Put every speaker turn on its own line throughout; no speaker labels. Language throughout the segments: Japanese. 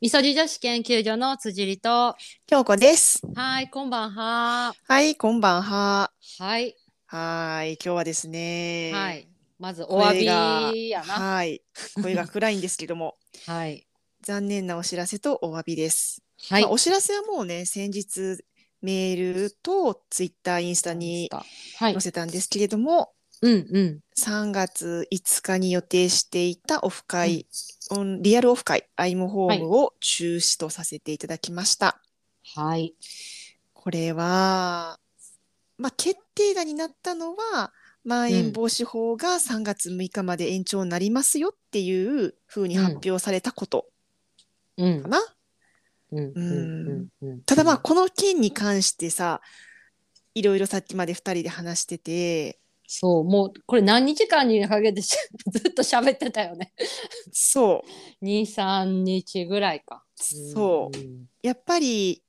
みそじ女子研究所の辻里と、
京子です。
はい、こんばんは。
はい、こんばんは。
はい、
はーい、今日はですね。
はい。まずお詫びやな。
はい、声が暗いんですけ ども、
はい。
残念なお知らせとお詫びです。
はい。
まあお知らせはもうね、先日メールとツイッター、インスタに
はい
載。せたんですけれども、
うんうん。
3月5日に予定していたオフ会、オンリアルオフ会、アイムホームを中止とさせていただきました。
はい。
これは、まあ、決定打になったのはまん延防止法が3月6日まで延長になりますよっていうふうに発表されたこと
うん
か。な。
うんうんうん。
ただまあ、この件に関してさいろいろさっきまで2人で話してて
そう、もう、これ何日間にかけてしずっと喋ってたよね。
そう
2、3日ぐらいか。
そう
うん。
やっぱり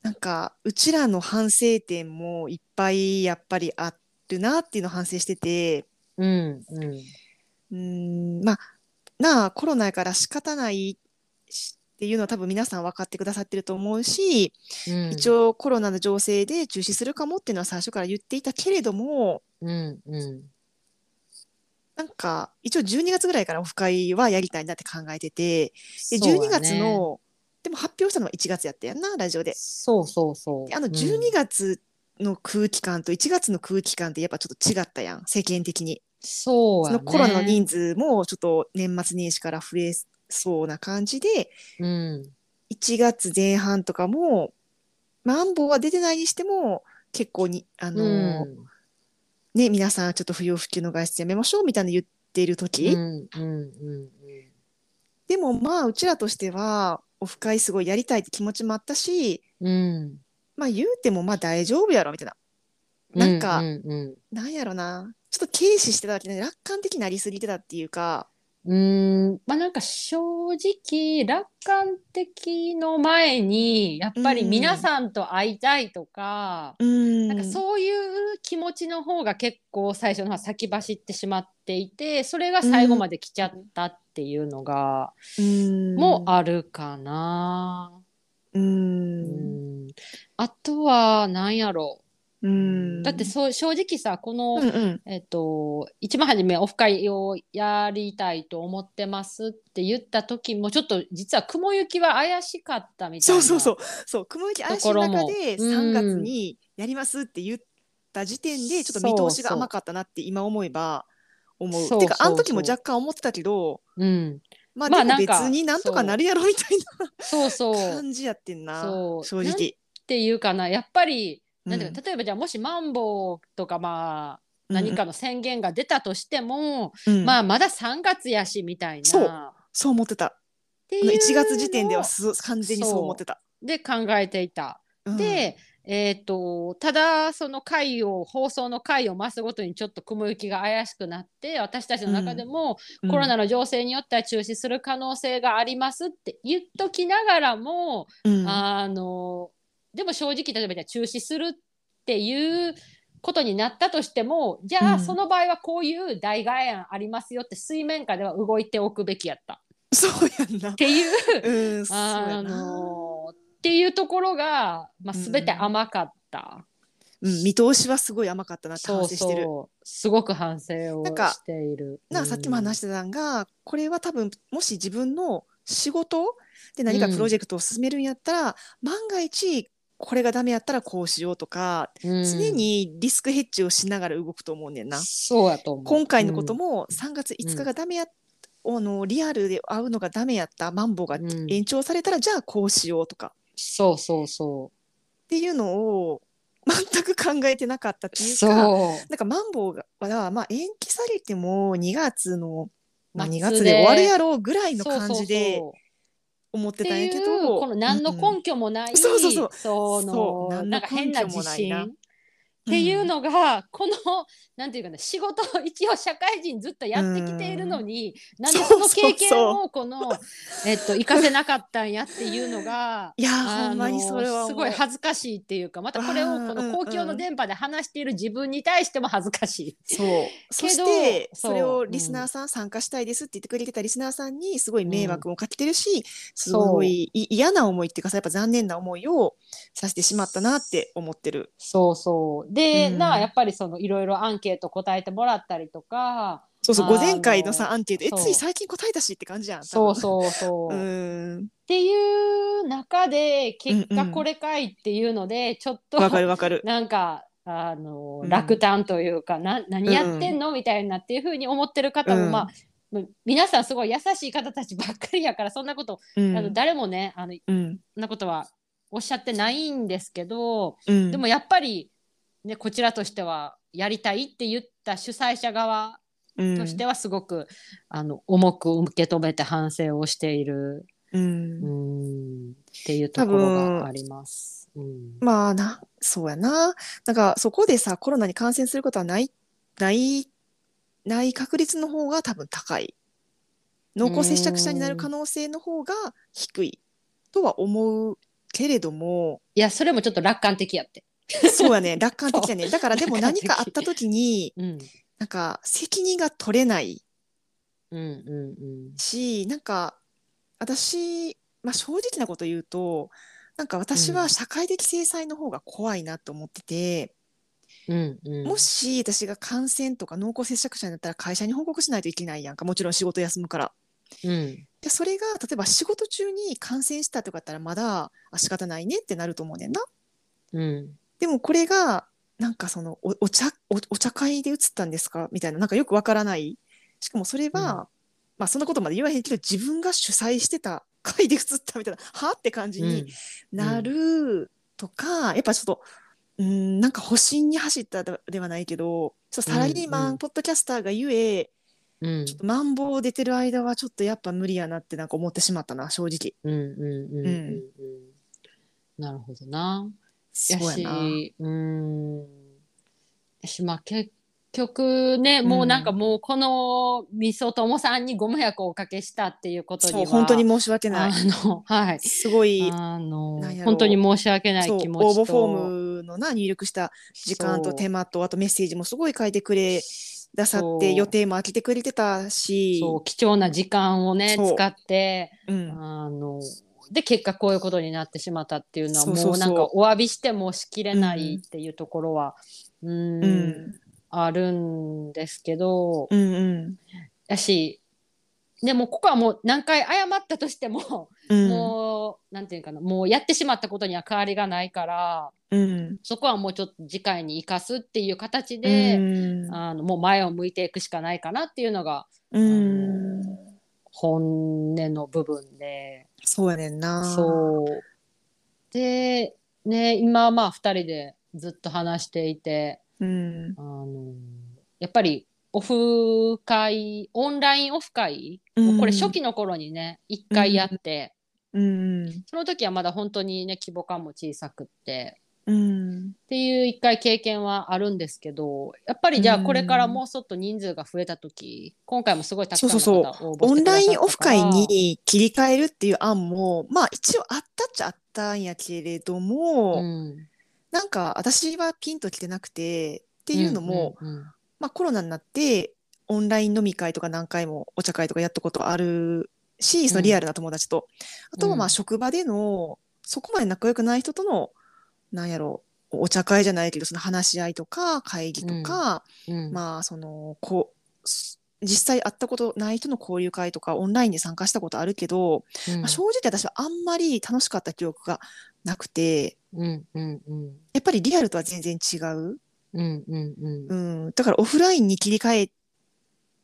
なんかうちらの反省点もいっぱいやっぱりあるなっていうのを反省してて。
うんうん。
うーんまあなあコロナやから仕方ないしっていうのは多分皆さん分かってくださってると思うし、
うん
一、応コロナの情勢で中止するかもっていうのは最初から言っていたけれども
うんうん。
なんか一応12月ぐらいからオフ会はやりたいなって考えててで12月の、でも発表したのは1月やったやんなラジオで。
そうそうそう。
であの12月の空気感と1月の空気感ってやっぱちょっと違ったやん世間的に。
そう
そ
や
の
ね
コロナの人数もちょっと年末年始から増えそうな感じで
うん
1月前半とかもマンボウは出てないにしても結構にあの、
うん
ね皆さんちょっと不要不急の外出やめましょうみたいな言ってる時、
うんうんうん
でもまあうちらとしてはオフ会すごいやりたいって気持ちもあったし
うんうん
まあ言うてもまあ大丈夫やろみたいななんか
うんうん
なんやろなちょっと軽視してただけで楽観的になりすぎてたっていう
う
か
んうんまあなんか正直楽観的の前にやっぱり皆さんと会いたいとか、
うん
なんかそういう気持ちの方が結構最初の方先走ってしまっていてそれが最後まで来ちゃったっていうのが、
うん
もあるかな。
う
うんん、あとは何やろ
うん
だってそう正直さこの、
うんうん
えっと一番初めオフ会をやりたいと思ってますって言った時もちょっと実は雲行きは怪しかったみたい
そ
な
うそうそうそう雲行き怪しい
ところも
中で
うん
3月にやりますって言った時点でちょっと見通しが甘かったなって今思えば思う。
そうそう
てかあの時も若干思ってたけど
うん、
まあ
まあ
でも
なんか
別になんとかなるやろみたい
そうそう
な
っ
感じやってんな
そう
正
なん
直。
ていうかなやっぱりなんていうか、
うん
例えばじゃあもしマンボウとかまあ何かの宣言が出たとしても、
うん、うん
まあまだ3月やしみたいな。
そう
っ
そう思ってた。
ていう
1
のを
月時点ではす完全にそう思ってた。
で考えていた。
うん、
で、えー、とただその回を放送の回を増すごとにちょっと雲行きが怪しくなって私たちの中でも、
うん
コロナの情勢によっては中止する可能性がありますって言っときながらも、
うん
あのでも正直例えばじゃあ中止するっていうことになったとしてもじゃあ、
うん
その場合はこういう代替案ありますよって水面下では動いておくべきやったっ
そうやんな。
ていう
うん、そう
あ
やな。
のっていうところが、まあ、
うん
全て甘かった、
うん、見通しはすごい甘かったなって
そ
反
う
省してる。
そうすごく反省を
なんか
している
なんかさっきも
し
話してたんが、これは多分もし自分の仕事で何かプロジェクトを進めるんやったら、万が一これがダメやったらこうしようとか、
て、
常にリスクヘッジをしながら動くと思うねん
な
な。
そうやと思う
今回のことも3月5日がダメやっ、あのリアルで会うのがダメやったマンボウが
うんうん
延長されたら、じゃあこうしようとか
そうそうそ
っていうのを全く考えてなかったっ
う
ていうか。
そ
なんかマンボウがはまあ延期されても2月の、まあ、
末
2
で
月で終わるやろうぐら
う
いの感じ
そうそ
で
うそう
思っ
って
てたん
い
や
う
けど
この何の
うんうん
根拠もない、
そうそうそう
その
そう
なんか変な自
何の根拠もないな
信っていうのが、このなんていうかな仕事を一応社会人ずっとやってきているのに、なんでその経験をこのえっと活かせなかったんやっていうのが
いやー
あ
ほんまにそれ
の
は思う
すごい恥ずかしいっていうかまたこれをこの公共の電波で話している自分に対しても恥ずかしい。
そうそし
ど
て
そう
それをリスナーさん参加したいですって言ってくれてたリスナーさんにすごい迷惑もかけてるし、すごいい嫌な思いっていうかさやっぱ残念な思いをさせてしまったなって思ってる。
そうそうで、
うん
なあやっぱりそのいろいろアンケート答えてもらったりとか
そうそう
あー
午前会のさ
あ
アンケートえ
そう
つい最近答えたしって感じやん。
そ
多
う
分
そうそうう。っ
ん
ていう中で結
う
果
んうん
これかいっていうのでちょっと
わかるわかる。
なんかあの、
うん
落胆というかな何やってんの、みたいなっていうふうに思ってる方も、
うん
まあむ皆さんすごい優しい方たちばっかりやからそんなこと、
うん
あの誰もねあの
うん
そんなことはおっしゃってないんですけど、
うん
でもやっぱり、ね、こちらとしてはやりたいって言った主催者側
うん
としてはすごく、あの重く受け止めて反省をしている、
うん
うん、っていうところがあります。うん
まあな、そうやな。なんかそこでさ、コロナに感染することはない、ない、ない確率の方が多分高い。濃厚接触者になる可能性の方が低いとは思うけれども、
いやそれもちょっと楽観的やって。
そうや ね、楽観的だね。だからでも
楽観
何
的
かあった時に、
うん
なんか責任が取れない
うんうん
し、なんか私、まあ正直なこと言うと、なんか私
う
は
ん
社会的制裁の方が怖いなと思ってて、
うんうんうん
もし私が感染とか濃厚接触者になったら会社に報告しないといけないやんかもちろん仕事休むから。
うん
でそれが例えば仕事中に感染したとかだったらまだあ仕方ないねってなると思うねんな。
うん
でもこれがなんかそのおお茶おお茶会で移ったんですかみたいななんかよくわからないしかもそれは、
うん
まあそんなことまで言わへんけど自分が主催してた会で移ったみたいなはって感じになるとか、やっぱちょっとうんなんか保身に走ったではないけどちょっとサラリーマン、
うんうん
ポッドキャスターがゆえ
うん
ちょっとマンボウ出てる間はちょっとやっぱ無理やなってなんか思ってしまったな正直。
うんうんうんうんうんなるほどな。や
そうやな
しうんやしまあ結局ねもうなんかもうこのみそともさんにご迷惑をおかけしたっていうことには
そう本当に申し訳
あ
ない。
のはい
すごい
あの
なんやろう
本当に申し訳ない
そう
気持ちと
応募フォームのな入力した時間と手
間
間とあとメッセージもすごい書いてくれださって予定も空けてくれてたし
そう貴重な時間をね
そう
使って
うん
あので結果こういうことになってしまったっていうのは
そうそ
も
うそう
うなんかお詫びしてもしきれないっていうところはうーん
うん
あるんですけど
うんうん
やしでもここはもう何回謝ったとしても、
うん
もうなんていうかなもうやってしまったことには変わりがないから
うん
そこはもうちょっと次回に生かすっていう形で、
うん
あのもう前を向いていくしかないかなっていうのが
うん
本音の部分で。
そうやねんな。
そう。で、ね、今まあ2人でずっと話していて、
うん。
あのやっぱりオフ会、オンラインオフ会、
うん
これ初期の頃にね、1回やって、
うん。
その時はまだ本当にね、規模感も小さくって、
うん。
っていう1回経験はあるんですけど、やっぱりじゃあこれからもうちょっと人数が増えた時、今回もすごいたくさんの方
そうそう
応募
オ
してく
ン
ださったから
ラインオフ会に切り替えるっていう案も、まあ一応あったっちゃあったんやけれども、
うん
なんか私はピンときてなくて、っていうのも、
うんうんうん
まあコロナになって、オンライン飲み会とか何回もお茶会とかやったことあるし、そのリアルな友達と。あとはま
う
あ
ん
職場での、そこまで仲良くない人との、なんやろう、お茶会じゃないけど、その話し合いとか会議とか、
うん
まあそのこうす実際会ったことない人の交流会とかオンラインで参加したことあるけど、
うん
まあ正直私はあんまり楽しかった記憶がなくて
うんうんうん
やっぱりリアルとは全然違う、
うんうんうん
うん、だからオフラインに切り替え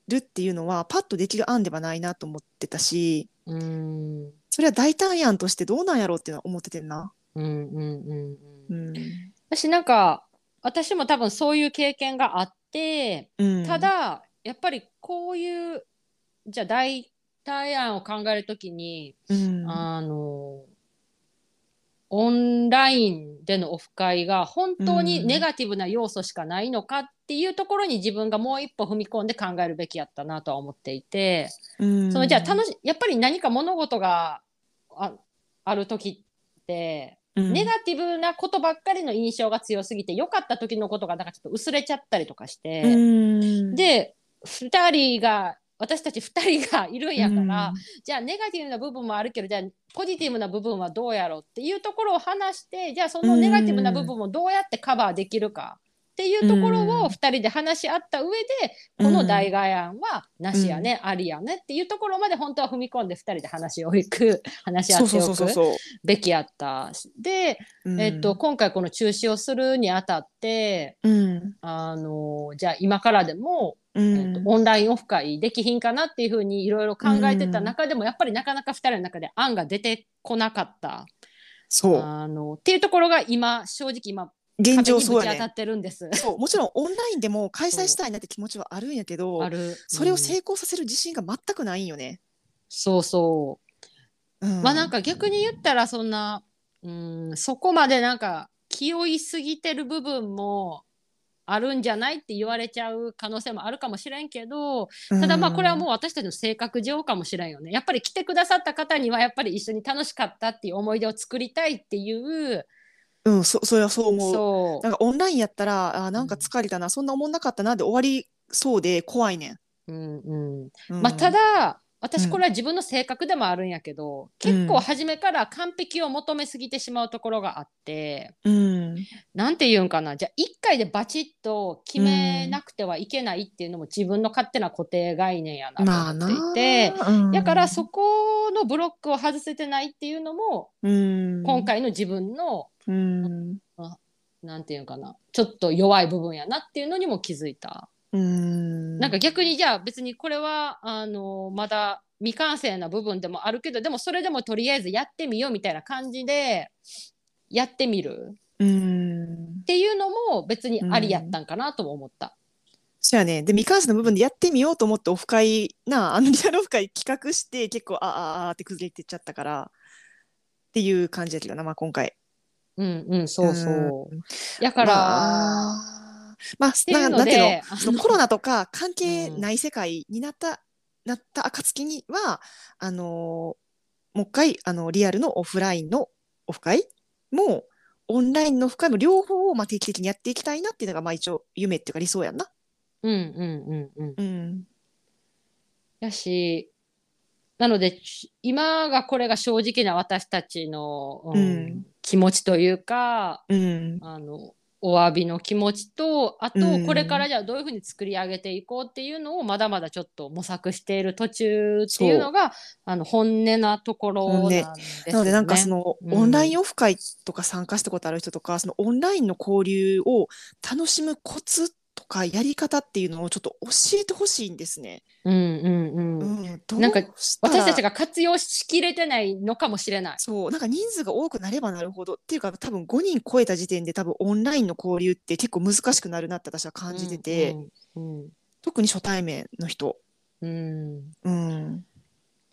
るっていうのはパッとできる案ではないなと思ってたし
うーん
それは大胆案としてどうなんやろうっていうのは思っててんな。
うんうんうんう
うんん
私なんか私も多分そういう経験があって
うん、
ただやっぱりこういうじゃあ代替案を考えるときに、
うん、
あのオンラインでのオフ会が本当にネガティブな要素しかないのかっていうところに自分がもう一歩踏み込んで考えるべきやったなとは思っていて、
うん
そのじゃあ楽しやっぱり何か物事があある時って
うん
ネガティブなことばっかりの印象が強すぎて良かった時のことがなんかちょっと薄れちゃったりとかして、
うん
で2人が私たち2人がいるんやから、じゃあネガティブな部分もあるけどじゃあポジティブな部分はどうやろうっていうところを話してじゃあそのネガティブな部分もどうやってカバーできるかっていうところ
うん
を2人で話し合った上で、
うん
この代替案はなしやね、ありやねっていうところまで本当は踏み込んで2人で話をいく 話し合
そう
って
そうそ
お
うそう
く
そう
べきやったしで、
うん
えっと今回この中止をするにあたって
うん
あのじゃあ今からでも
う
えっと
ん
オンラインオフ会できひんかなっていうふうにいろいろ考えてた中でも、やっぱりなかなか2人の中で案が出てこなかった
そう
あのっていうところが今正直今
現
壁
状
に
そ
ぶ
う
ち
や
当た
ね
ってるんです。
そうもちろんオンラインでも開催したいなって気持ちはあるんやけど
ある
それ
う
を
ん
成功させる自信が全くないんよね。
そうそうう、
ん
まあなんか逆に言ったらそんな、うん、そこまでなんか気負いすぎてる部分もあるんじゃないって言われちゃう可能性もあるかもしれんけど、ただまあこれはもう私たちの性格上かもしれんよね。やっぱり来てくださった方にはやっぱり一緒に楽しかったっていう思い出を作りたいっていう、
うん、うん、そそれはそう思う。
そ
なんかオンラインやったら、あーなんか疲れたな、そんな思んなかったなで終わりそうで怖いねん。
う、うんうん
うん
まあただ
う
私
ん
これは自分の性格でもあるんやけど、結構初めから完璧を求めすぎてしまうところがあって、
うん、
なんて言うんかなじゃあ1回でバチッと決めなくてはいけないっていうのも自分の勝手な固定概念や
まあ
なと
な
思っていて。
うん
だからそこのブロックを外せてないっていうのも
うん、
今回の自分の
うん、
なんていうのかなちょっと弱い部分やなっていうのにも気づいた、
うん、
なんか逆にじゃあ別にこれはあのまだ未完成な部分でもあるけどでもそれでもとりあえずやってみようみたいな感じでやってみる
うん
っ、ていうのも別にありやったんかなとも思った、
そうやね。で未完成の部分でやってみようと思ってオフ会なあのリアルオフ会企画して結構ああああって崩れてっちゃったからっていう感じだけどな、まあ今回。
うんうんそうそう、だ
だ
から、
まあ、まあ
ていう
な
ので
なんていうの
あの
そのコロナとか関係ない世界になった、なった暁にはあのーもう一回あのリアルのオフラインのオフ会もオンラインのオフ会も両方をまあ定期的にやっていきたいなっていうのがまあ一応夢っていうか理想やんな。
うんうんうんうん
うん、
やしなのでち今がこれが正直な私たちの、うん
うん
気持ちというか
うん、
あのお詫びの気持ちとあと
うん
これからじゃあどういうふうに作り上げていこうっていうのをまだまだちょっと模索している途中っていうのがあの本音なところなんですね。
なのでなんかその、
うん
オンラインオフ会とか参加したことある人とかそのオンラインの交流を楽しむコツとかやり方っていうのをちょっと教えてほしいんですね。
うんうんうん
うん、どう
なんか
したら
私たちが活用しきれてないのかもしれない。
そうなんか人数が多くなればなるほどっていうか多分5人超えた時点で多分オンラインの交流って結構難しくなるなって私は感じてて、
うんうん
特に初対面の人。
うん
うん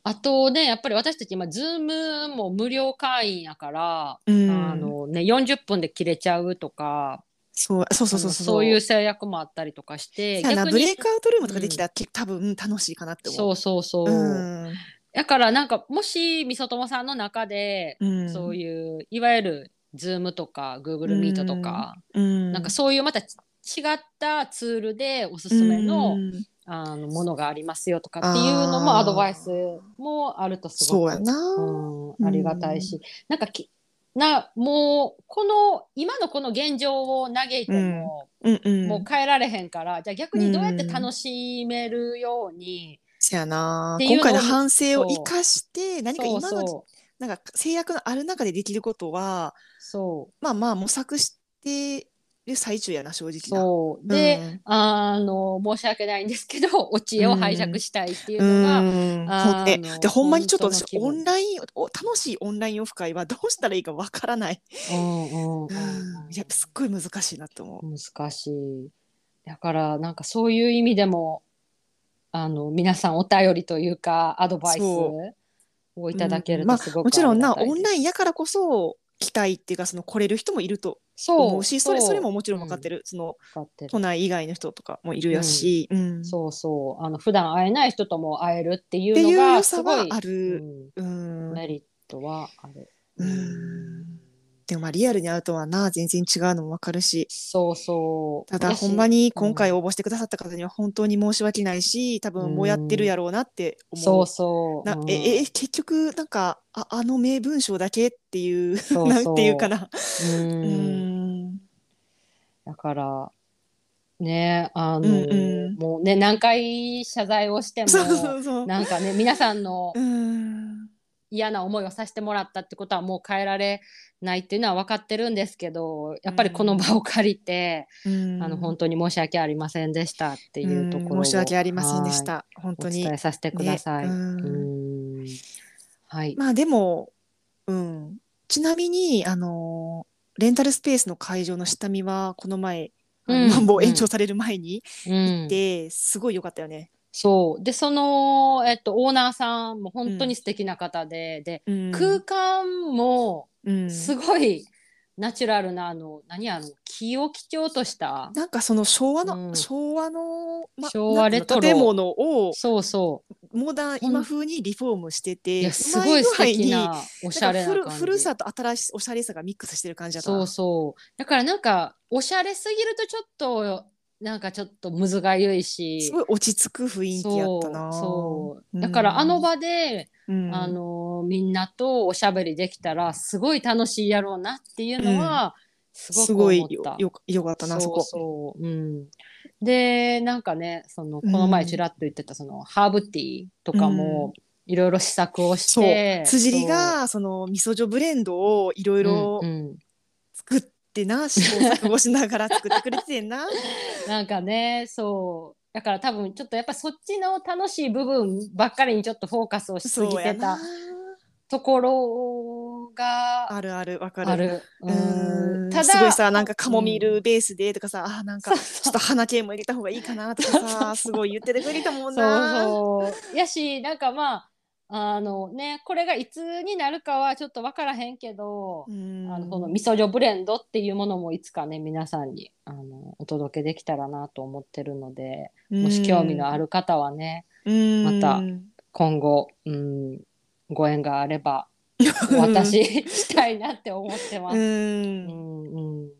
あとねやっぱり私たち今 Zoom も無料会員やから、
うん、
あのね、40分で切れちゃうとか
そうそうそうそ
あ
う
のそういう制約もあったりとかして
そうやな
逆
ブ
に
レイクアウトルームとかできたら、結構多分楽しいかなって思。
そううそうそう。
うん
だからなんかもしみそともさんの中で、
うん、
そういういわゆる Zoom とか Google Meet とか、
うん、
なんかそういうまたち違ったツールでおすすめの,、
うん
あのものがありますよとかっていうのも
あー
アドバイスもあるとす
そう
ご
や
く
な、
うんありがたいし、なんかきなもうこの今のこの現状を嘆いても、
うんうん、
もう変えられへんからじゃあ逆にどうやって楽しめるように、
せやな
っていうの
今
を
回の反省
そ
を
う
生かして何か
そう
今の
そう
なんか制約のある中でできることは
そう
まあまあ模索してる最中やな正直な。
そう
うん
で、あの申し訳ないんですけど お知恵を拝借したいっていうのが、
うん
あー
ほん
あ
で
の
でほんまにちょっと
本当
私
の気
オ
分
ンラインお楽しいオンラインオフ会はど うしたらいいかわからない、
うんうんうんうん
うん、やっぱすっごい難しいなと思う。
難しいだからなんかそういう意味でもあの皆さんお便りというかアドバイス
そ
をいただける
ま
と
あ
すごく
もちろんな
ありがた
オ
いで
ン
す
ラインやからこそ期待っていうかその来れる人もいると
そう
思うしそれ
う
それももちろん分かってる、その
分かってる
都内以外の人とかもいるやし、うんっ
そうそうあの普段会えない人とも会えるっていう
てい
の
う
が
良
す
さ
ごい
はある。
う
うん
ん、メリットはある。
うんでもまあリアルに会うとはな全然違うのも分かるし
そうそう。
ただ
やし
ほんまに今回応募してくださった方には本当に申し訳ないし多分もうやってるやろうなって思う。
そうそう。
な
うん
ええ結局なんかああの名文章だけっていう
そう
な
そうん
ていうかな。
うん
うん
だからねあの、
うんうん
もうね何回謝罪をしても
そうそうそう。
なんかね皆さんの
うん
嫌な思いをさせてもらったってことはもう変えられないっていうのは分かってるんですけどやっぱりこの場を借りて、
うん
あの本当に申し訳ありませんでしたっていうところを
ん申し訳ありませんでし
はい
た本当
お
に
伝えさせてください。
ね
う
うん
んはい、
まあでも、うん、ちなみにあのレンタルスペースの会場の下見はこの前、あの
うん
まん防延長される前に
うん
行って、すごい良かったよね。
そうでその、えっと、オーナーさんも本当に素敵な方で、で
うん
空間も
うん
すごいナチュラルなあの何あの木を基調とした
なんかその昭和の、
うん
昭和の、ま
昭和レトロ
なんていうの建物を
そうそう
モダン
ほん
今風にリフォームしてて
いやすごい素敵
うまい具合に
なおしゃれな
なん
感
か
じ
古古さと新しおしゃれさがミックスしてる感じだった
そ
な
うそうだからなんかおしゃれすぎるとちょっとなんかちょっとむずがゆい
す
し
ごい落ち着く雰囲気やったな
そうそう
うん
だからあの場で、
うん
あのみんなとおしゃべりできたらすごい楽しいやろうなっていうのは、す
す
ご
ご
く
い
思った
よよよかったなそこ
そうそう、うん、でなんかねそのこの前ちらっと言ってたその、ハーブティーとかもいろいろ試作をし
そう
て、
辻りがその味噌醤ブレンドをいろいろ
うんうん
作ってな試行錯誤しながら作ってくれててんな
なんかねそうだから多分ちょっとやっぱそっちの楽しい部分ばっかりにちょっとフォーカス をしすぎ
そう
て
や
た
な
ところが
あるあるわかる
ある。
うん
ただ
すごいさなんかカモミールベースでとかさ、あーなんか
そう
ちょっと花系も入れた方がいいかなとかさ
そうそ うそう
すごい言っててくれたもんな
そうそうやしなんかまああのねこれがいつになるかはちょっと分からへんけど、
うん
あのこの味噌醤ブレンドっていうものもいつかね皆さんにあのお届けできたらなと思ってるのでもし興味のある方はね、
う
ま
ん
た
うん
今後、うん、ご縁があればお渡ししたいなって思ってま
う
す。
ん
うんうん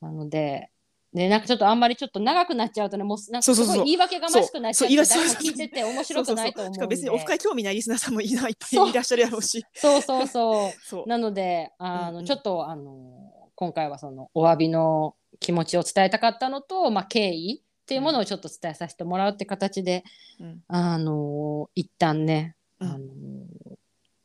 なのでね、なんかちょっとあんまりちょっと長くなっちゃうとねもうなんか
そうそ
す
う
ご
そう
い言い訳がましくなっちゃって
そ
誰
うそう
も
いら
聞いてて面白くないと思うん
し
で
かも別にオフ会興味ないリスナーさんもいないいっぱいいらっしゃるやろうし。
そうそうそう
そう。
なのであの、
うんうん
ちょっとあの今回はそのお詫びの気持ちを伝えたかったのと、まあ、経緯っていうものをちょっと伝えさせてもらうって形で、
うん
あの一旦ね、
うん
あの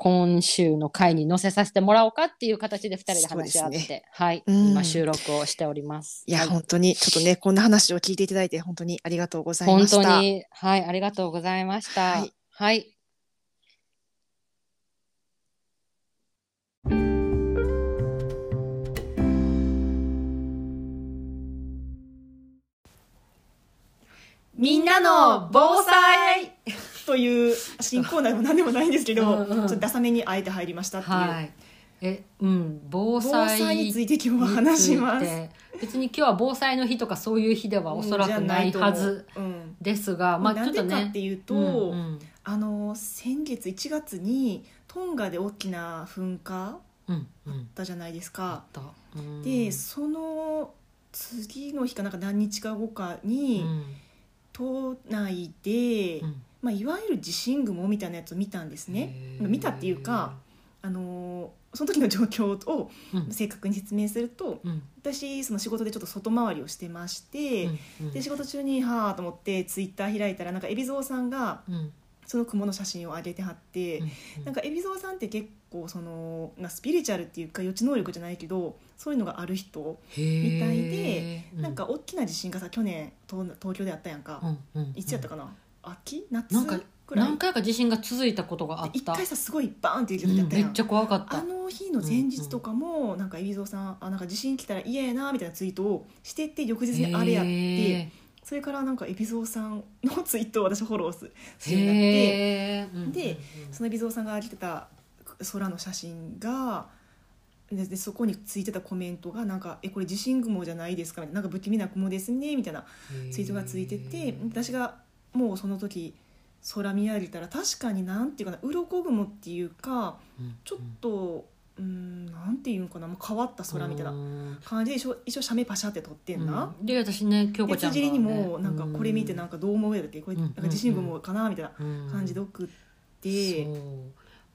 今週の回に載せさせてもらおうかっていう形で2人で話し合って、
そうです
はい、
うん
今収録をしております。
いや、
はい
本当にちょっとねこんな話を聞いていただいて本当にありがとうございま
本
した。
当に、はい、ありがとうございました。
は
はいい。
みんなの防災という新コーナーでも何でもないんですけど、
うんうん
ちょっとダサめにあえて入りましたっていう、
はい。え、うん、防
防
災
災について今日は話します
につ。いて別に今日は防災の日とかそういう日ではおそらくないはず
うん。じゃないと思う
ですが、
うん
まあち
な
ょ
ん
っと
でか
ね
っ。ていうと、
うんうん
あの先月1月にトンガで大きな噴火あっ
うんうん
たじゃないですか。
とうん
でその次の日かなんか何日か後か
う
に、
ん
都内で、
うん
まあ、いわゆる地震雲みたいなやつを見たんですね
へー
見たっていうか、あのーその時の状況を
うん
正確に説明すると、
うん
私その仕事でちょっと外回りをしてまして、
うん
で仕事中にはあと思ってツイッター開いたらなんか海老蔵さんが
うん
その雲の写真を上げてはって、
うん
なんか海老蔵さんって結構その、まあ、スピリチュアルっていうか予知能力じゃないけどそういうのがある人、みたいで
へー
なんか大きな地震がさ去年東東京であったやんか、
うんうんうん
いつやったかな秋夏
なんか
くらい
何回か地震が続いたことがあっ
一
た
回さすごいバーンっていう
う
時や
ん
った
め
やん、
っちゃ怖かった
あの日の前日とかも、なんか海老蔵さんあなんか地震来たら嫌やなみたいなツイートをしてって翌日にあれやって、
へ
それからなんか海老蔵さんのツイートを私フォローする
ー
ようになって
へーうん
で
うんうん
その海老蔵さんが上げてた空の写真がででそこについてたコメントがなんか「えこれ地震雲じゃないですか?」みたいな「なんか不気味な雲ですね」みたいなツイートがついてて私がもうその時空見上げたら確かになんていうかな鱗雲っていうかちょっとうんなんていうのかなもう変わった空みたいな
な
感じで一応一応写メパシャって撮ってんな。
で私ね京
で
子ちゃん
辻
が
り
ね
にもなんかこれ見てなんかどう思うやろってこれなんか地震雲かなみたいな感
感
じで送って、
そう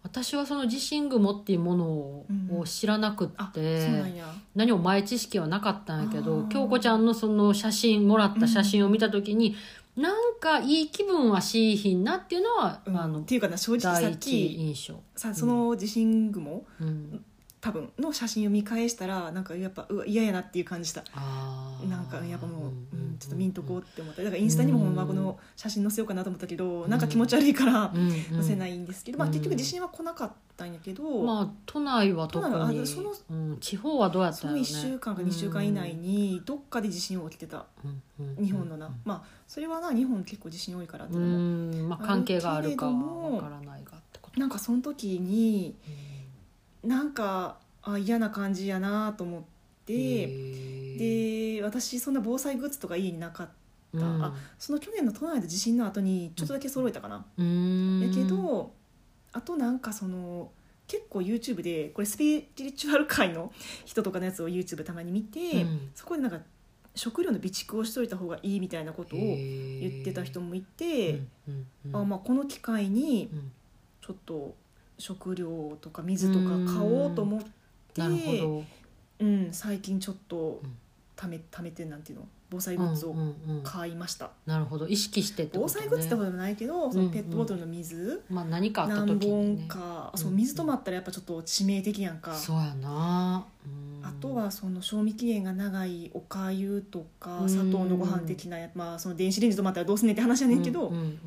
私はその地震雲っていうものを
うん
を知らなくっ
あ
て、
そうなんや
何も前知識はなかったんやけ
あ
ど
ー
京子ちゃんのその写真もらった写真を見た時に、なんかいい気分はしいひんなっていうのは、
うん
あ
っ
の
ていうかな正直さ
第
っ
一
き
印象、
さその地震雲
うん、
多分の写真を見返したらなんかやっぱうわ嫌やなっていう感じした
あー
なんかやっぱもう、
ん
うん、ちょっと見んとこうって思っただからインスタにもほんまこの写真載せようかなと思ったけど、なんか気持ち悪いから
うんうん
載せないんですけど、まあ、
うん
結局地震は来なかったんやけど、
まあ都内は特
都内は
に
あその
うん、地方はどうやった
そ
んや
の
ろ
1
ね
週間か2週間以内、にどっかで地震起きてた
うんうんうん
日本のな、まあそれはな日本結構地震多いからって
う
いうのも、
ん、まあ、関係があるかは
あるけれども
わからないがってこと
なんかその時に
で、
なんかあ嫌な感じやなと思って、
で、
で私そんな防災グッズとか家になかった
うん
あその去年の都内の地震の後にちょっとだけ揃えたかな、
うーん
やけどあとなんかその結構 YouTube でこれスピリチュアル界の人とかのやつを YouTube たまに見て、
うん
そこでなんか食料の備蓄をしといた方がいいみたいなことを言ってた人もい
へ
て
ー、うんうん
あまあ、この機会に
うん
ちょっと食料とか水とか買おうと思って、
なるほど
うん、最近ちょっと
うん
ためためてなんていうの防災グッズ
う
を
んうんうん
買いました。
なるほど意識してってこ
防
とね
災グッズってことでもないけど、そのペットボトルの水、
まあ何かあった
何
時に、
本
ね、
か、
うん
そう水止まったらやっぱちょっと致命的やんか、
そうやな、うん
あとはその賞味期限が長いおかゆとか、
うん
砂糖のご飯的なやまあその電子レンジ止まったらどうすんねんって話やねんけど、
うんうんうん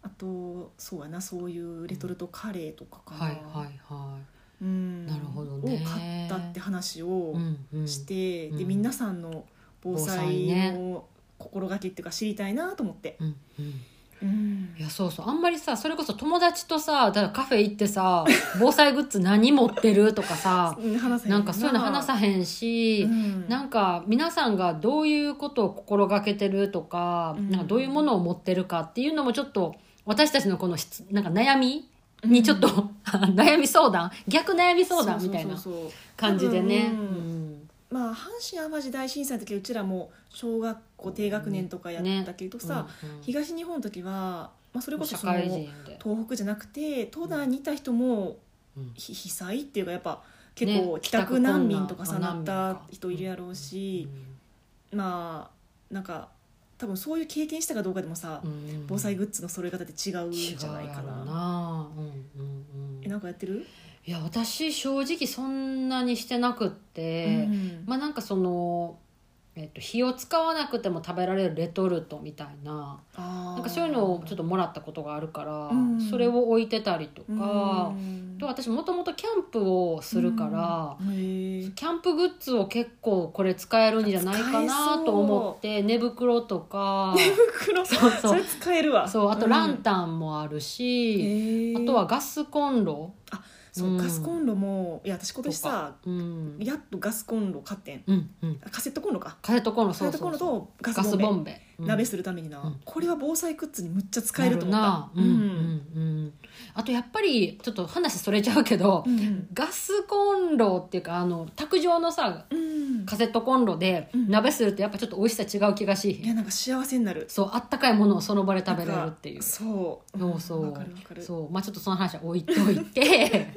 あとそうやなそういうレトルトカレーとかかな、
はいはいは
うん
なるほどね
を買ったって話
い、
を
うんうん、
して、
うん
で皆さんの防
防災
災
ね
の心がけっていうか知りたいなと思って、
うんうん
うん
いやそうそうあんまりさそれこそ友達とさだからカフェ行ってさ防災グッズ何持ってるとか さ
うん話せへ
なんかそういうの話さへんし、
うん
なんか皆さんがどういうことを心がけてるとか,、
うん
なんかどういうものを持ってるかっていうのもちょっと私たちのこの質なんか悩みにちょっと、 悩み相談逆悩み相談みたいな
そうそうそうそう
感じでね。
多
う
分
ん
まあ阪神・淡路大震災の時うちらも小学校低学年とかやったけどさ、
うんうん
東日本の時は、まあ、それこそ
社
その
会人
東
で、
北じゃなくて東南にいた人も
うん
ひ被災っていうかやっぱ結構
ね
帰宅難民とかさ、
帰宅
な
困
っ
難
た人いるやろうし、まあなんか多分そういう経験したかどうかでもさ、
うん
防災グッズの揃え方って違うんじゃない
違う
か
やろ
な。
うなうんうんうん
えなんかやってる、
いや私正直そんなにしてなくって、
うん
まあなんかその、えっと火を使わなくても食べられるレトルトみたいな
あー
なんかそういうのをちょっともらったことがあるから、
うん
それを置いてたりとか、
うん
あと私もともとキャンプをするから、
うんへー
キャンプグッズを結構これ使えるんじゃないかなと思って寝袋と か
袋
そう
そ
そう
れ使えるわ
そうあとラン
ン、
タンもある
へ
し、
ー
あとはガスコンロ、
そう、
うん
ガスコンロもいや私今年さ
うん、
やっとガスコンロ買ってん
うんうん
あカセットコンロか
カセットコンロ
カセ
そう
ットコ
そ
ン
う
ロ
そう
とガ
ガ
ス
ス
ボ
ボ
ンベ
ンベ、
鍋するためにな、
うん
これは防災グッズにむっちゃ使えると思った
なるなうんうんうんあとやっぱりちょっと話それちゃうけど、
うんうん
ガスコンロっていうかあの卓上のさ
うん
カセットコンロで
うん
鍋するとやっぱちょっと美味しさ違う気がし
いやなんか幸せになる
そうあったかいものをその場で食べれるってい
なん
う
かそう
そうそうん
わかるわかる
そうまあちょっとその話は置いとい て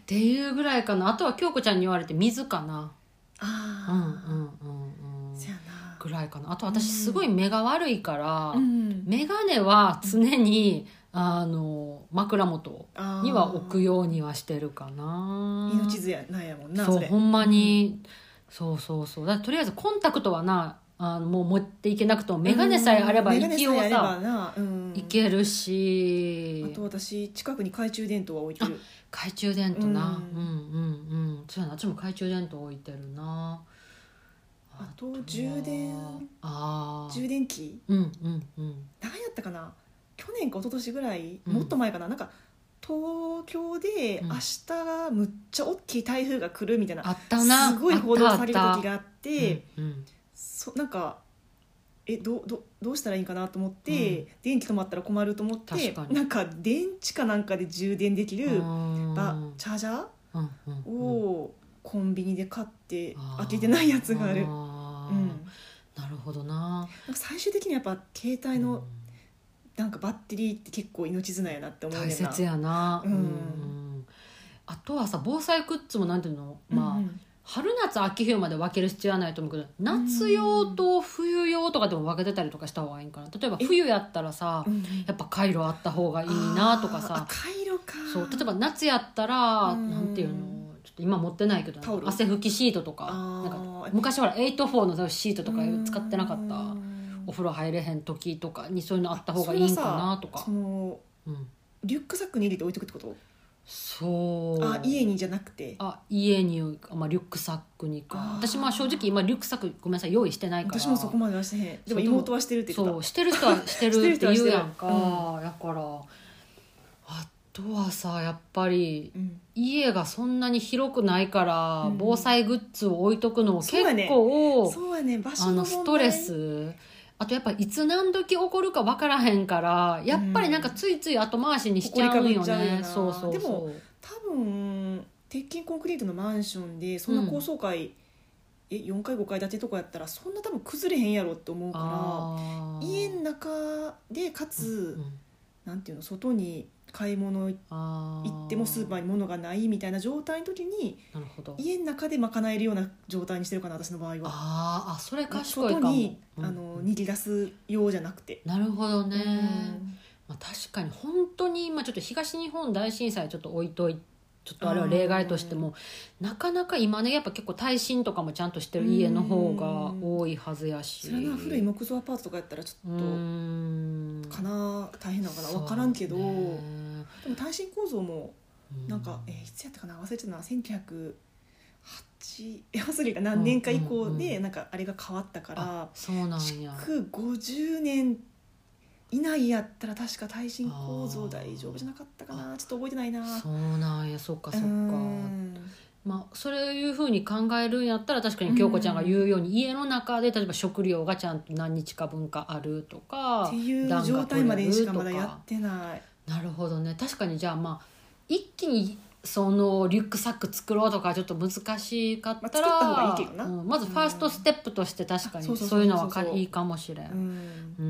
っていうぐらいかなあとは京子ちゃんに言われて水かなうん
ああ、
うんうんうん
せやな
ぐらいかなあと私すごい目が悪いから、
うん
メガネは常に、あの枕元
あー
には置くようにはしてるかな
命綱やなんやもんな
そう
それ
ほんまに、そうそうそうだからとりあえずコンタクトはなあのもう持っていけなくとも眼鏡さえあれば
うんメガネ
一応
さえあれば
さ、
なうん
いける
あ
し
と私近くに懐中電灯は置いてる
懐中電灯な、う
うん
ん、うんうんそうやなあっちも懐中電灯置いてるな
あと充電
ああ
充電器
うんうんうん
何やったかな去年か一昨年ぐらい
うん
もっと前かな、なんか東京で
うん
明日むっちゃ大きい台風が来るみたいな、
あったな
すごい報道される時があっ
あ
て
ったうんうん
そなんかえどうどうどうしたらいいかなと思って、
うん
電気止まったら困ると思って
確かに
なんか電池かなんかで充電できるあ
あ
チャージャ
ーうんうん
ー
うん
をコンビニで買って
あー
開けてないやつがある。
あ
う
ー
ん、なんか
なるほどな。
最終的にやっぱ携帯
う
の
ん
なんかバッテリーって結構命綱やなって思うねん
大
な
切やな。
うん
んあとはさ防災グッズもなんていうの、まあ
うん
春夏秋冬まで分ける必要はないと思うけど夏用と冬用とかでも分けてたりとかした方がいいんかな例えば
え
冬やったらさ
うん
やっぱカイロあった方がいいなとか
あーあ
さ
回路か
そう例えば夏やったら
うん
なんていうのちょっと今持ってないけど
タオル
汗拭きシートとか
あ
な
ー
んか昔ほら8-4のシートとか
うん
使ってなかったお風呂入れへん時とかにそういうのあった方がいいんかなとか
それはさその
うん
リュックサックに入れて置いとくってこと
そう
あ家にじゃなくて
あ家に、あまあ、リュックサックにか
あー
私まあ正直今リュックサックごめんなさい用意してないから
私もそこまではしてへんでも
そうでも
妹はしてるって言って
そ
た
うしてる人はしてるって言うやんか、
してる人
だからあとはさやっぱり
うん
家がそんなに広くないから、
うん
防災グッズを置いとくのも結
そうやね
構、
そうやね場所
あの
問
ス
題
トレスあとやっぱいつ何時起こるか分からへんからやっぱりなんかついつい後回しにしちゃう
埃か
よ
ぶっちゃうよ
ね、
な
そうそうそう
でも多分鉄筋コンクリートのマンションでそんな高層階、え4階5階建てとかやったらそんな多分崩れへんやろって思うか
あ
ら
ー
家の中でかつ、
うん
なんていうの外に買い物行
あ
ってもスーパーに物がないみたいな状態の時に
なるほど
家の中で賄えるような状態にしてるかな私の場合は
あーあそれ賢い
外
かも
に、
うん
あの逃げ出すようじゃなくて、
なるほどね、
うん
まあ、確かに本当に今ちょっと東日本大震災ちょっと置いといちょっとあれは例外としてもなかなか今ねやっぱ結構耐震とかもちゃんとしてる家の方が多いはずやし
それはな古い木造アパートとかやったらち
う
ょっと、
ーん
かな大変なのかな分からんけど、
そうね
でも耐震構造も
う
なんか、えーいつやったかな忘れてたな1908いや忘れた何年か以降
うんうん
で
うん
なんかあれが変わったか
あ
ら
そうなんや
築50年以内やったら確か耐震構造大丈夫じゃなかったかなちょっと覚えてないな
そうなんやそっかそっ
う
か
ん
まあ、そういうふうに考えるんやったら確かに京子ちゃんが言うように、家の中で例えば食料がちゃんと何日か分かあるとか
っていう状態までしかまだやってない
なるほどね確かにじゃあまあ一気にそのリュックサック作ろうとかちょっと難しかったら、
まあ作った方がいいけどな
うんまずファーストステップとして確か
そ
に
うそ
そ
うそ
う
うそうそう
いうのはかいいかもしれ。
うんん
う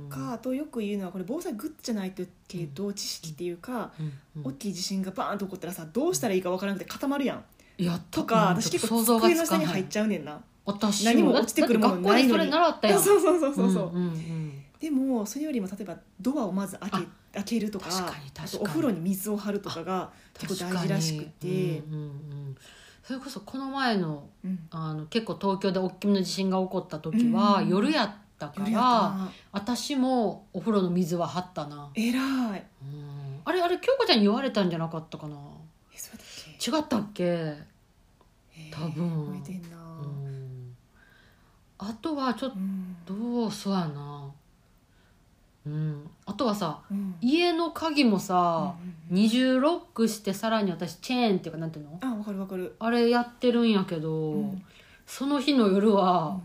ん
とかあとよく言うのはこれ防災グッズじゃないけど知識っていうか
うんうん
大きい地震がバーンと起こったらさどうしたらいいかわからなくて固まるやん
やっ
とか、私結構机の下に
ない
入っちゃうねんな
私
何も落ちてくるものないのに
だって学校でそれ習ったやん
そうそうそうそうそう、
んんうん
でもそれよりも例えばドアをまず開け
あ
開けるとか
確かに確かに
あとお風呂に水を張るとかが結構大事らしくて、
確かにうんうんうんそれこそこの前の
うん
あの結構東京で大きめの地震が起こった時は、
うん
夜やったか
よりやった
ら
な
私もお風呂の水は張ったな、
えらい
うんあれあれ京子ちゃんに言われたんじゃなかったかな
えそうだっけ
違ったっけ、
えー
多分
覚えてんな、
うんあとはちょっ
うん
とどうそうやなうんあとはさ
うん
家の鍵もさ、
うん
二重ロックしてさらに私チェーンっていうかなんていうの
あわかるわかる、
あれやってるんやけど、
うん
その日の夜は、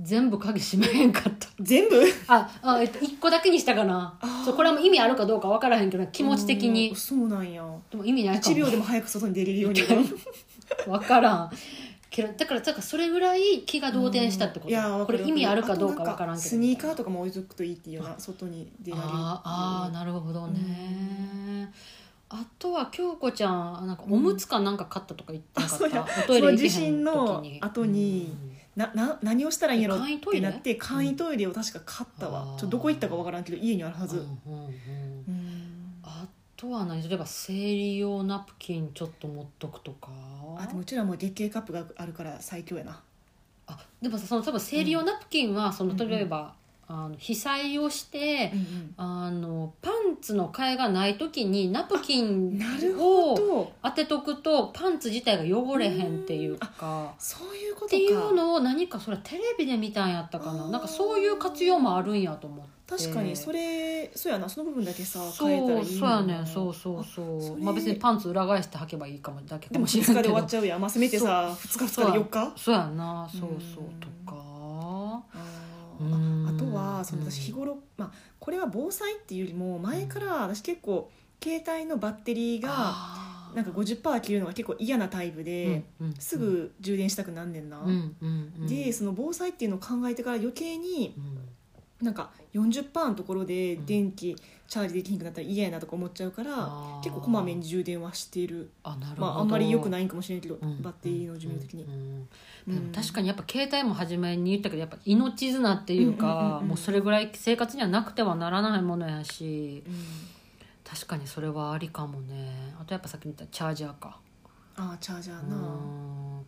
全部鍵閉めへんかった
全部
ああ、えっと、1個だけにしたかな
あー
そうこれはもう意味あるかどうか分からへんけど気持ち的
う
に
んそうなんや
でも意味ないか
1秒
も
でも早く外に出れるように
分からんけどだからだからそれぐらい気が動転したってこと、
いやわ
こ
かる
れ意味あるかどうか分
あと
から
なんん
けど
スニーカーとかも置いとくといいっていうような
あ
外に出られる
あーあーなるほどね、あとは京子ちゃんなんか
うん
おむつかなんか買ったとか言ってなかった、
あそうや
おトイレ行けへん時に
その地震の後になな何をしたらいいんやろってなって簡易トイレを確か買った
あー
わちょっとどこ行ったかわからんけど家にあるは
うん
ず、
うんうんうん
うん
あとは何例えば生理用ナプキンちょっと持っとくとか
あでもうちらも月経カップがあるから最強やな
あでもさその多分生理用ナプキンはその
うんうん
例えば、あの被災をして
うんうん
あのパンツの替えがない時にナプキン
なるほ
を
ど
当てとくとパンツ自体が汚れへんっていうか。
そういうこと
っ
か
ていうのを何かそれはテレビで見たんやったか
あ
な
ー
なんかそういう活用もあるんやと思って
確かにそれそうやなその部分だけさ
そ
変えたら
う
いい
そうやねんそうそう
あ
そ
そうれ
まあ別にパンツ裏返して履けばいいかもだけか
でも
も
2
し
日
れ
で
んけ
終わっ
ど
ちゃうやんまあせめてさ2日2日で4日
そうやなそうそう
うん
とか
あー
あ
あとはその私日頃、まあ、これは防災っていうよりも前から私結構携帯のバッテリーがなんか50%切るのが結構嫌なタイプで、すぐ充電したくなんねんな。でその防災っていうのを考えてから余計になんか40%のところで電気チャージできなくなったら嫌やなとか思っちゃうから結構こまめに充電はしてる
あなるほど
まああんまり良くないいんかもしれんけどバッテリーの寿命的に。
でも確か
に
にやっぱ携帯も初めに言ったけどやっぱ命綱っていう
うんうんうん
か
うん
もうそれぐらい生活にはなくてはならないものやし確かにそれはありかもねあとやっぱさっき言ったチャージャーか
ああチャージャ
う
ーな、うん
ん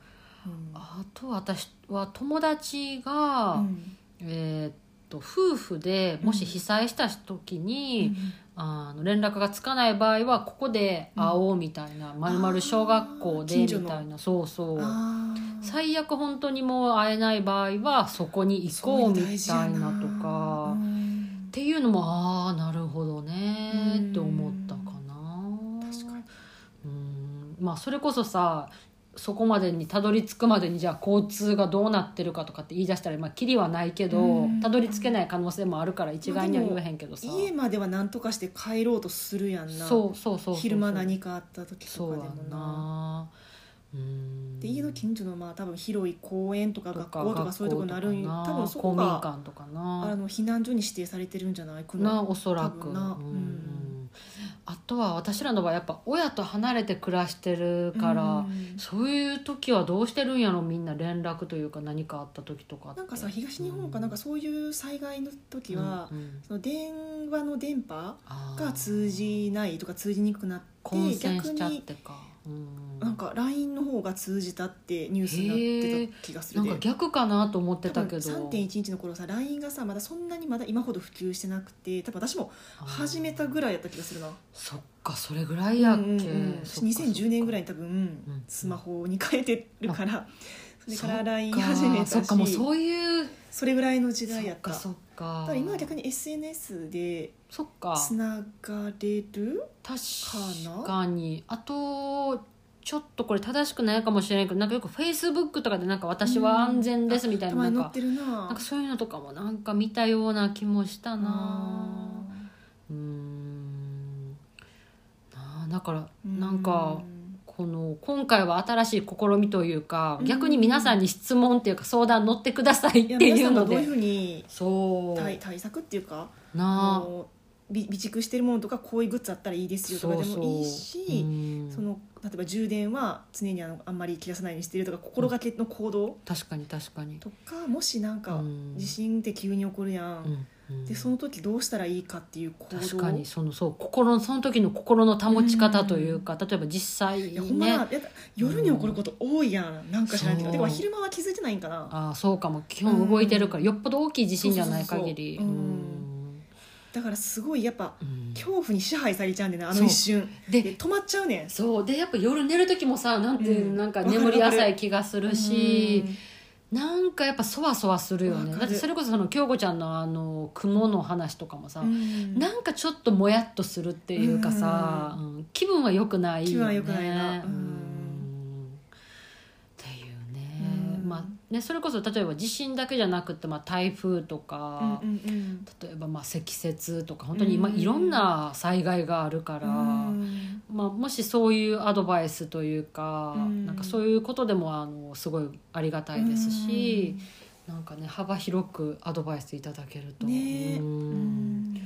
あと私は友達
う
が、
ん
えーっと夫婦でもし被災した時に、あの連絡がつかない場合はここで会おうみたいな、まるまる小学校で
近
み
所の
たいなそうそう
あー
最悪本当にもう会えない場合はそこに行こうみたいなとかっていうのもああなるほどね
うん
って思ったかな。
確かに
うんまあそれこそさそこまでにたどり着くまでにじゃあ交通がどうなってるかとかって言い出したらまあキリはないけ
う
ど
ん
たどり着けない可能性もあるから一概には言えへんけどさ、
家までは何とかして帰ろうとするやんな
そうそうそうそう
昼間何かあった時と
そう
か
や
でも
ん
な
なうん
で家の近所のまあ多分広い公園とか学校とかそういうとこになるん
学校とかな
多分そこ
公民
が
館とか
あ
な
の避難所に指定されてるんじゃないか
な
な
おそら
多
く
分な
うん
うん
あとは私らの場合やっぱ親と離れて暮らしてるから、
うん
そういう時はどうしてるんやろみんな連絡というか何かあった時とかって
なんかさ東日本かなんかそういう災害の時は、
うんうん
その電話の電波
あー
が通じないとか通じにくくなって
混戦
逆
しちゃっ
に
てか、うん
なんか LINE の方が通じたってニュースになってた気がす
な
る
ん
で
か逆かなと思って
多
た
分
けど
3.11の頃さ LINE がさまだそんなにまだ今ほど普及してなくて多分私も始めたぐ
らい
らいやった気がするな
そっかそれぐらいやっけ、
うんうんうん
そっかそっか
2010年ぐらいに多
ん
分スマホに変えてるからそれから LINE
そっか
始めたし
そっかもうそういう
それぐらいの時代
そ
や
っ
っ
か
た
そっか
ただ今は逆に SNS で
そっか
つながれる
確かにあとちょっとこれ正しくないかもしれないけどなんかよくフェイスブックとかでなんか私は安全ですみたい
た
な,、
まに
なん
載っ
か
てるな
なんかそういうのとかもなんか見たような気もした
あ
なうーんなあだから
ー
なんかこの今回は新しい試みというか
うん
逆に皆さんに質問っていうか相談乗ってくださいっ
いや
て
皆
い
さ
うん
が
の
どうい
で
うふうに
そ
対
う
対策っていうかあ
なあ
の備備蓄してるものとかこういうグッズあったらいいですよとかでもいいし
うん
その例えば充電は常にあのあんまり切らさないようにしてるとか心がけの行動
確かに確かに
とかもしなんか
うん
地震って急に起こるやん、
うんうん
でその時どうしたらいいかっていう行動
確かにそのそう心のその時の心の保ち方というか、例えば実際
い
ね
やほんまな、やだ夜に起こること多いやんなんか知らんけ
そ
ど
う
でも昼間は気づいてないんかな
ああそうかも基本動いてるから、よっぽど大きい地震じゃない
そうそうそう
限り
うんだからすごいやっぱ
うん
恐怖に支配されちゃうんだよなあ
そ
の
う
一瞬
で
で止まっちゃうねん
そうでやっぱ夜寝る時もさなんて、
うん
なんか
わかる
眠り浅い気がするし
うん
なんかやっぱそわそわするよね
わか
だ
る
ってそれこそその京子ちゃんのあの雲の話とかもさ、
うん
なんかちょっともやっとするっていうかさ、うん気分は良くないよ、ね、
気分は良くないなうん
うんっていうね、
うん
まあねそれこそ例えば地震だけじゃなくて、まあ、台風とか、
うんうんうん
例えばまあ積雪とか本当に今
うん
いろんな災害があるから、
うん
まあ、もしそういうアドバイスというか,、
うん
なんかそういうことでもあのすごいありがたいですし、なんかね幅広くアドバイスいただけると、
ねえ
う
うんん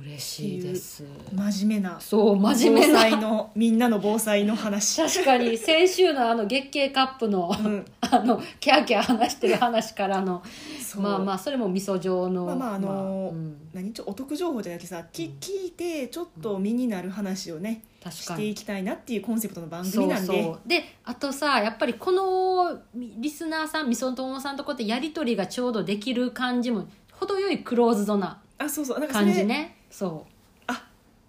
嬉しいです。
真面目な
そう真面目
防
な
災のみんなの防災の話、
確かに先週のあの月経カップの
うん、
あのキャーキャー話してる話からの
そう
まあまあそれも味噌状の
まあまああの
うん
何ちょお得情報じゃなくてさき聞いてちょっと身になる話をね、
確
し
か
てい
に
きたいなっていうコンセプトの番組
そう
なんで
そうであとさやっぱりこのリスナーさん味噌友さんとこってやり取りがちょうどできる感じも程よいクローズドな
あそうそうなんかそれ
感じねそ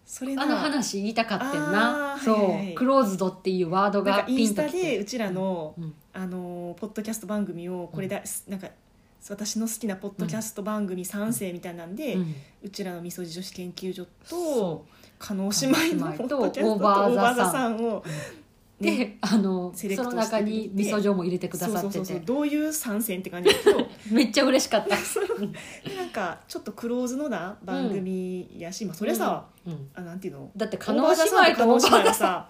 それ
う
な
あの話言いたかってん
あ
な
ー
そう、
はいはいはい
クローズドっていうワード
なん
が
かイ
ピ
ン
ン
ス
と
タ
き
で
て
うちらの、
うん
あのーポッドキャスト番組をこれだ、なんか私の好きなポッドキャスト番組3世みたいなんで、う
うん
ちらのみそじ女子研究所と
そ
加納姉妹のポッドキャストとオ
加納姉妹と
ーバーザさんを
うであのそ
セレクト
の中
して
に
くれ
み
て
そ状も入れてくだ
そう
さ
そ
っ
うそ
て
うそう
て
どういう参戦って 感じだけど
めっちゃ嬉しかった、
なんかちょっとクローズのな番組やし、まあそれさ、
うん
あ なんていうの
だって加
オー
納
バーザさん
姉
と
妹
加
と
納
オーバ
姉妹
ーザ
が
さん
さ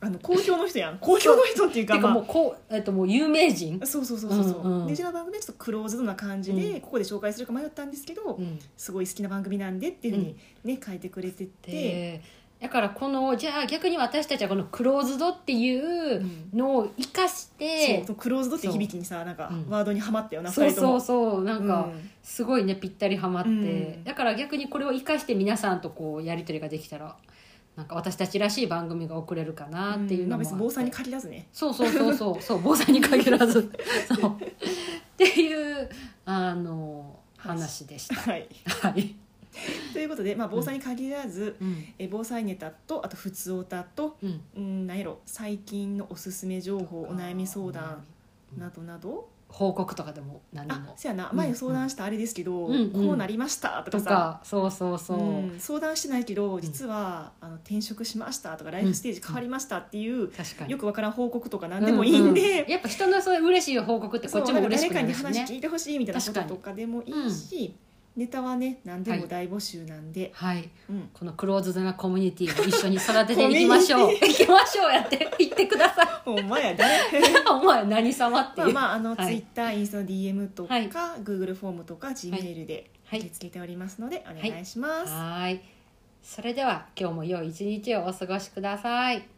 あの公表の人やん公表の人っていう
て
か
か
まあ
もうこう、えっと、もう有名人、
そうそうそうそうそう、
うんうん
でうちの番組はちょっとクローズドな感じで、
うん
ここで紹介するか迷ったんですけど、
うん
すごい好きな番組なんでっていうふうにね、書いてくれてて、
でだからこのじゃあ逆に私たちはこのクローズドっていうのを生かし
そう
て、
そのクローズドって響きにさなんか
うん
ワードにはまったよな、
そう
二人と
そう
も
そうなんかすごいねぴったりはまって、
うん
だから逆にこれを生かして皆さんとこうやり取りができたらなんか私たちらしい番組が送れるか
うん
なっていうの
まあ
もあっ
別
て、
に坊さんに限らずね
そうそうそうそうそう坊さんに限らずそうっていうあの話でした。
はい
はい、
ということで、まあ、坊さんに限らず、
うん
え防災ネタとあと普通オタと
うん、
うんなんやろ最近のおすすめ情報お悩み相談などなど
報告とかでも何で
あ
も
そやな
う
前
ん
相談したあれですけど、
うん
こうなりましたとか
と
さ、
かそうそうそう、
うん相談してないけど実は、あの転職しましたとかライフステージ変わりましたっていう、
確かに
よくわからん報告とか何でもいいんで、
ううやっぱ人のそういう嬉しい報告って
そ
こ
う
っちも嬉し
誰
く
か
な
に
るし
話
ね
聞いてほしいみたいなこ
確
と
かに
とかでもいいし、ネタはね何でも大募集なんで、
はい
うん、
このクローズドなコミュニティを一緒に育てていきまし ょう行きましょうやって言ってください
ほんまやね
お前何様ってい
ま
う、
あまああの、
はい
ツイッターインスタの DM とか、
はい
Google フォームとか G メールで
はい
受け付けておりますので、お願いします。
はーいそれでは今日も良い一日をお過ごしください